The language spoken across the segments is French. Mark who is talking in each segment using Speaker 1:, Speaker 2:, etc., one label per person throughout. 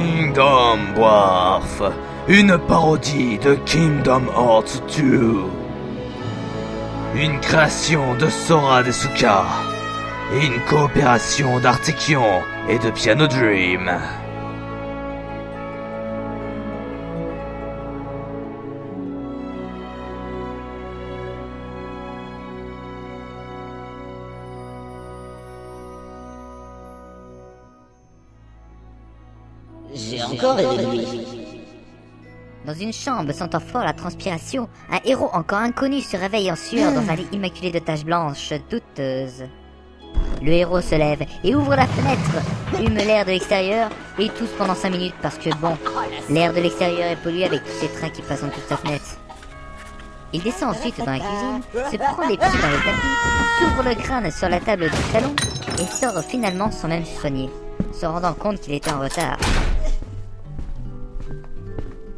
Speaker 1: Kingdom Dwarf, une parodie de Kingdom Hearts 2. Une création de Sora Desuka et une coopération d'Artekion et de Piano Dream.
Speaker 2: J'ai encore rêvé de lui.
Speaker 3: Dans une chambre sentant fort la transpiration, un héros encore inconnu se réveille en sueur dans un lit immaculé de taches blanches douteuses. Le héros se lève et ouvre la fenêtre, hume l'air de l'extérieur et tousse pendant 5 minutes parce que bon, l'air de l'extérieur est pollué avec tous ces trains qui passent en toute sa fenêtre. Il descend ensuite dans la cuisine, se prend les pieds dans le tapis, s'ouvre le crâne sur la table du salon et sort finalement sans même se soigner, se rendant compte qu'il était en retard.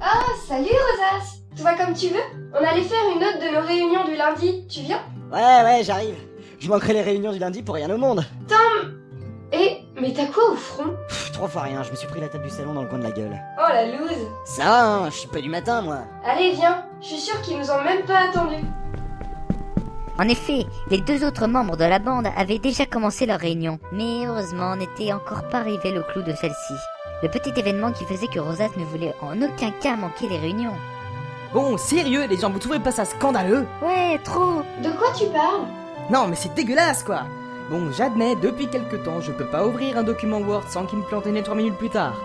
Speaker 4: Ah, salut Rosas Tout va comme tu veux On allait faire une note de nos réunions du lundi, tu viens
Speaker 2: Ouais, ouais, j'arrive. Je manquerai les réunions du lundi pour rien au monde.
Speaker 4: Eh, mais t'as quoi au front
Speaker 2: Pff, trois fois rien, je me suis pris la table du salon dans le coin de la gueule.
Speaker 4: Oh la loose
Speaker 2: Ça va, hein, je suis pas du matin, moi.
Speaker 4: Allez, viens, je suis sûre qu'ils nous ont même pas attendus.
Speaker 3: En effet, les deux autres membres de la bande avaient déjà commencé leur réunion, mais heureusement n'était encore pas arrivé le clou de celle-ci. Le petit événement qui faisait que Rosas ne voulait en aucun cas manquer les réunions.
Speaker 5: Bon, sérieux, les gens, vous trouvez pas ça scandaleux
Speaker 3: Ouais, trop
Speaker 4: De quoi tu parles
Speaker 5: Non, mais c'est dégueulasse, quoi Bon, j'admets, depuis quelque temps, je peux pas ouvrir un document Word sans qu'il me plante une 3 minutes plus tard.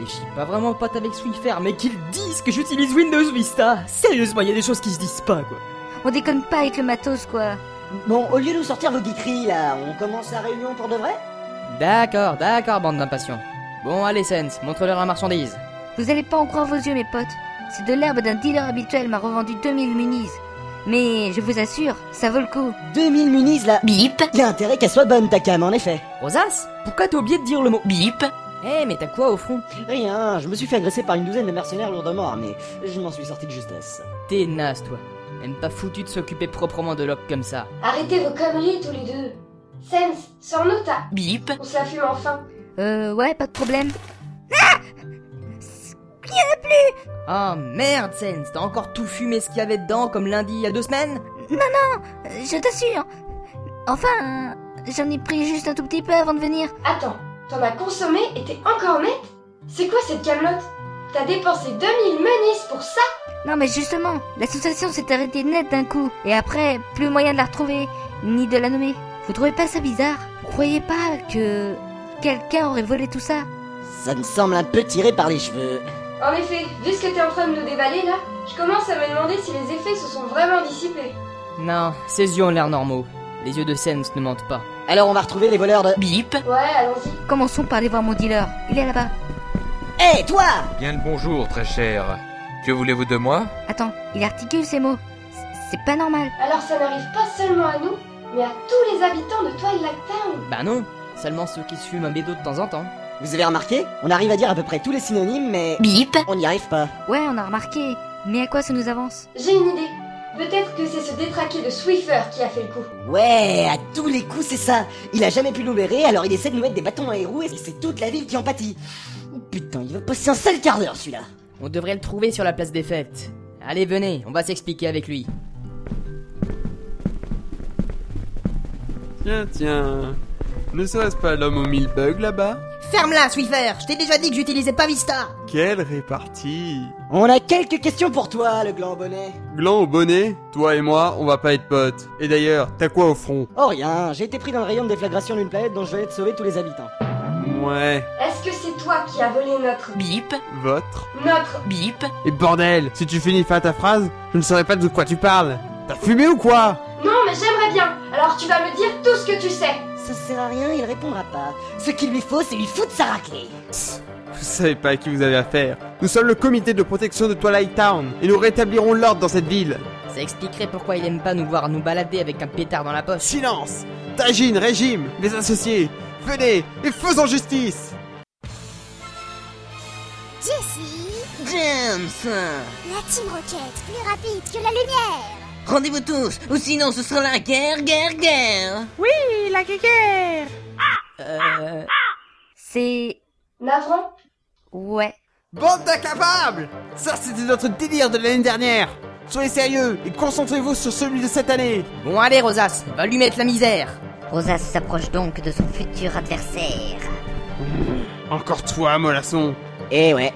Speaker 5: Et je suis pas vraiment pote avec Swiffer, mais qu'ils disent que j'utilise Windows Vista Sérieusement, y a des choses qui se disent pas, quoi
Speaker 3: On déconne pas avec le matos, quoi
Speaker 2: Bon, au lieu de nous sortir vos geekeries, là, on commence la réunion pour de vrai
Speaker 5: D'accord, d'accord, bande d'impatients. Bon, allez, Sense, montre-leur la marchandise.
Speaker 3: Vous allez pas en croire vos yeux, mes potes. C'est de l'herbe d'un dealer habituel m'a revendu 2000 munis. Mais je vous assure, ça vaut le coup.
Speaker 2: 2000 munis, là.
Speaker 6: Bip,
Speaker 2: Il y a intérêt qu'elle soit bonne, ta cam, en effet.
Speaker 5: Rosas, pourquoi t'as oublié de dire le mot
Speaker 6: bip,
Speaker 5: Eh, mais t'as quoi au front
Speaker 2: Rien, je me suis fait agresser par une douzaine de mercenaires lourdement armés. Je m'en suis sorti de justesse.
Speaker 5: T'es naze, toi. Même pas foutu de s'occuper proprement de Locke comme ça.
Speaker 4: Arrêtez vos conneries tous les deux. Sense, sors nos tas.
Speaker 6: bip,
Speaker 4: On se la fume enfin.
Speaker 3: Euh, ouais, pas de problème.
Speaker 5: Ah merde, Sense, t'as encore tout fumé ce qu'il y avait dedans comme lundi il y a deux semaines
Speaker 3: Euh, Je t'assure. Enfin, euh, j'en ai pris juste un tout petit peu avant de venir.
Speaker 4: Attends, t'en as consommé et t'es encore net C'est quoi cette camelote T'as dépensé 2000 menis pour ça
Speaker 3: Non, mais justement, l'association s'est arrêtée net d'un coup. Et après, plus moyen de la retrouver, ni de la nommer. Vous trouvez pas ça bizarre Vous croyez pas que quelqu'un aurait volé tout ça
Speaker 2: Ça me semble un peu tiré par les cheveux.
Speaker 4: En effet, vu ce que t'es en train de nous déballer là, je commence à me demander si les effets se sont vraiment dissipés.
Speaker 5: Non, ses yeux ont l'air normaux. Les yeux de Sense ne mentent pas.
Speaker 2: Alors on va retrouver les voleurs de...
Speaker 6: bip,
Speaker 4: Ouais, allons-y.
Speaker 3: Commençons par aller voir mon dealer. Il est là-bas.
Speaker 2: Hé, toi
Speaker 7: Bien le bonjour, très cher. Que voulez-vous de moi
Speaker 3: Attends, il articule ces mots. C- C'est pas normal.
Speaker 4: Alors ça n'arrive pas seulement à nous, mais à tous les habitants de Twilight Town.
Speaker 5: Bah non, seulement ceux qui se fument un bédo de temps en temps.
Speaker 2: Vous avez remarqué On arrive à dire à peu près tous les synonymes, mais...
Speaker 6: bip,
Speaker 2: On n'y arrive pas.
Speaker 3: Ouais, on a remarqué. Mais à quoi ça nous avance
Speaker 4: J'ai une idée. Peut-être que c'est ce détraqué de Swiffer qui a fait le coup.
Speaker 2: Ouais, à tous les coups, c'est ça. Il a jamais pu nous verrer, alors il essaie de nous mettre des bâtons à héros et c'est toute la ville qui en pâtit. Oh, putain, il va passer un sale quart d'heure, celui-là.
Speaker 5: On devrait le trouver sur la place des fêtes. Allez, venez, on va s'expliquer avec lui.
Speaker 8: Tiens, tiens. Ne serait-ce pas l'homme aux mille bugs là-bas
Speaker 5: Ferme-la, Swiffer Je t'ai déjà dit que j'utilisais pas Vista
Speaker 8: Quelle répartie
Speaker 2: On a quelques questions pour toi, le gland bonnet.
Speaker 8: Gland au bonnet, toi et moi, on va pas être potes. Et d'ailleurs, t'as quoi au front
Speaker 2: Oh rien, j'ai été pris dans le rayon de déflagration d'une planète dont je vais être sauver tous les habitants.
Speaker 8: Ouais,
Speaker 4: Est-ce que c'est toi qui as volé notre...
Speaker 6: bip,
Speaker 8: votre.
Speaker 4: Notre...
Speaker 6: bip,
Speaker 8: Et bordel, si tu finis pas ta phrase, je ne saurais pas de quoi tu parles. T'as fumé ou quoi
Speaker 4: Non, mais j'aimerais bien. Alors tu vas me dire tout ce que tu sais.
Speaker 2: Ça sert à rien, il répondra pas. Ce qu'il lui faut, c'est lui foutre sa raclée.
Speaker 8: Vous savez pas à qui vous avez affaire. Nous sommes le comité de protection de Twilight Town et nous rétablirons l'ordre dans cette ville.
Speaker 5: Ça expliquerait pourquoi il aime pas nous voir nous balader avec un pétard dans la poche.
Speaker 8: Silence Tajine, régime, les associés, venez et faisons justice
Speaker 9: Jessie,
Speaker 2: James
Speaker 9: la Team Rocket, plus rapide que la lumière
Speaker 2: Rendez-vous tous, ou sinon ce sera la guerre, guerre, guerre
Speaker 5: Euh...
Speaker 3: C'est...
Speaker 4: Navrant
Speaker 3: Ouais.
Speaker 8: Bande d'incapables Ça, c'était notre délire de l'année dernière Soyez sérieux et concentrez-vous sur celui de cette année
Speaker 5: Bon allez Rosas, va lui mettre la misère
Speaker 3: Rosas s'approche donc de son futur adversaire.
Speaker 8: Encore toi, Molasson
Speaker 2: Eh ouais.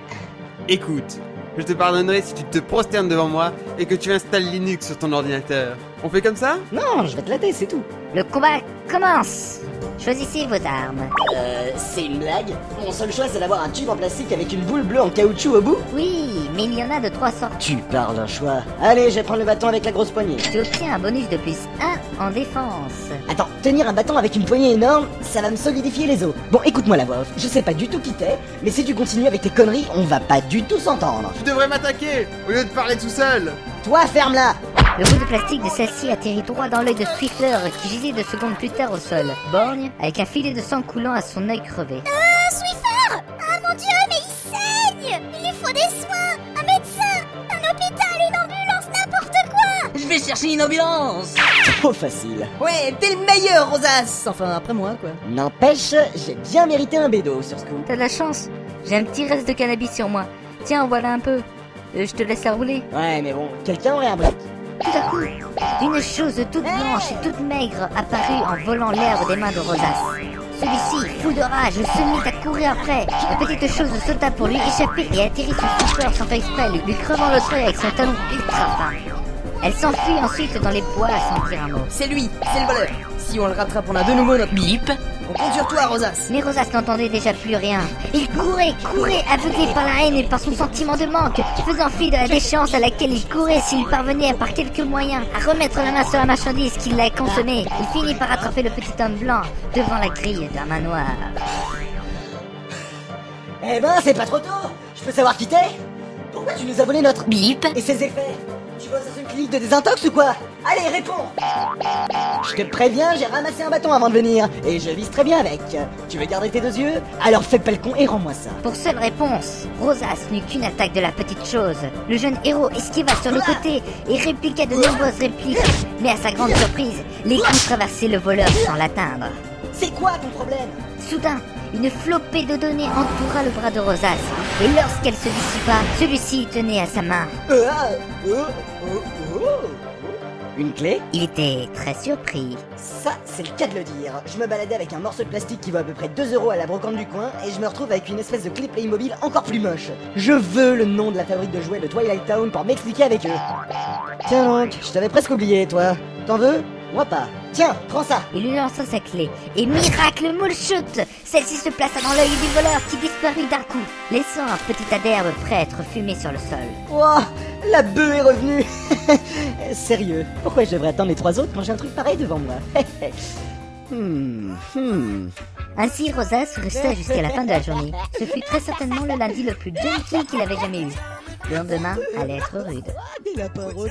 Speaker 8: Écoute, je te pardonnerai si tu te prosternes devant moi et que tu installes Linux sur ton ordinateur. On fait comme ça
Speaker 2: Non, je vais te l'aider, c'est tout.
Speaker 3: Le combat commence Choisissez vos armes.
Speaker 2: Euh, c'est une blague Mon seul choix, c'est d'avoir un tube en plastique avec une boule bleue en caoutchouc au bout
Speaker 3: Oui, mais il y en a de 300.
Speaker 2: Tu parles un choix. Allez, je vais prendre le bâton avec la grosse poignée.
Speaker 3: Tu obtiens un bonus de plus 1 en défense.
Speaker 2: Attends, tenir un bâton avec une poignée énorme, ça va me solidifier les os. Bon, écoute-moi la voix off. Je sais pas du tout qui t'es, mais si tu continues avec tes conneries, on va pas du tout s'entendre.
Speaker 8: Tu devrais m'attaquer au lieu de parler tout seul
Speaker 2: Toi, ferme-la
Speaker 3: Le bout de plastique de celle-ci atterrit droit dans l'œil de Swiffer qui gisait deux secondes plus tard au sol. Borgne, avec un filet de sang coulant à son œil crevé.
Speaker 9: Un Swiffer Ah mon dieu, mais il saigne Il lui faut des soins Un médecin Un hôpital Une ambulance N'importe quoi
Speaker 6: Je vais chercher une ambulance
Speaker 2: Trop facile.
Speaker 5: Ouais, t'es le meilleur Rosas Enfin après moi quoi.
Speaker 2: N'empêche, j'ai bien mérité un bédo sur ce coup.
Speaker 3: T'as de la chance, j'ai un petit reste de cannabis sur moi. Tiens, voilà un peu. Euh, je te laisse la rouler.
Speaker 2: Ouais, mais bon, quelqu'un aurait un brick.
Speaker 3: Tout à coup, une chose toute blanche et toute maigre apparut en volant l'herbe des mains de Rosas. Celui-ci, fou de rage, se mit à courir après. La petite chose sauta pour lui échapper et atterrit sur son corps sans faire exprès, lui, lui crevant le l'autre avec son talon ultra fin. Elle s'enfuit ensuite dans les bois sans dire un mot.
Speaker 5: C'est lui, c'est le voleur Si on le rattrape, on a de nouveau notre...
Speaker 6: Bip
Speaker 5: On compte sur toi Rosas
Speaker 3: Mais Rosas n'entendait déjà plus rien. Il courait, courait, aveuglé par la haine et par son sentiment de manque, faisant fi de la déchéance à laquelle il courait s'il parvenait par quelques moyens à remettre la main sur la marchandise qu'il l'a consommée. Il finit par attraper le petit homme blanc devant la grille d'un manoir.
Speaker 2: Eh ben, c'est pas trop tôt Je peux savoir qui t'es Pourquoi tu nous as volé notre...
Speaker 6: Bip
Speaker 2: Et ses effets Tu bosses dans une clinique de désintox ou quoi Allez, réponds Je te préviens, j'ai ramassé un bâton avant de venir, et je vise très bien avec. Tu veux garder tes deux yeux Alors fais pas le con et rends-moi ça.
Speaker 3: Pour seule réponse, Rosas n'eut qu'une attaque de la petite chose. Le jeune héros esquiva sur le côté et répliqua de nombreuses répliques, mais à sa grande surprise, les coups traversaient le voleur sans l'atteindre.
Speaker 2: C'est quoi ton problème
Speaker 3: Soudain, une flopée de données entoura le bras de Rosas, et lorsqu'elle se dissipa, celui-ci tenait à sa main.
Speaker 2: Euh, ah, euh, oh, oh, oh. Une clé
Speaker 3: Il était très surpris.
Speaker 2: Ça, c'est le cas de le dire. Je me baladais avec un morceau de plastique qui vaut à peu près 2 euros à la brocante du coin et je me retrouve avec une espèce de clé Playmobil encore plus moche. Je veux le nom de la fabrique de jouets de Twilight Town pour m'expliquer avec eux. Tiens donc, je t'avais presque oublié, toi. T'en veux Moi pas. Tiens, prends ça.
Speaker 3: Il lui lança sa clé, et miracle moule chute Celle-ci se plaça dans l'œil du voleur qui disparut d'un coup, laissant un petit adherbe prêt à être fumé sur le sol.
Speaker 2: Wouah, la bœuf est revenue. Sérieux, pourquoi je devrais attendre les trois autres quand j'ai un truc pareil devant moi Hmm, hmm.
Speaker 3: Ainsi, Rosas resta jusqu'à la fin de la journée. Ce fut très certainement le lundi le plus junkie qu'il avait jamais eu. Le lendemain allait être rude.
Speaker 2: Il a pas rose.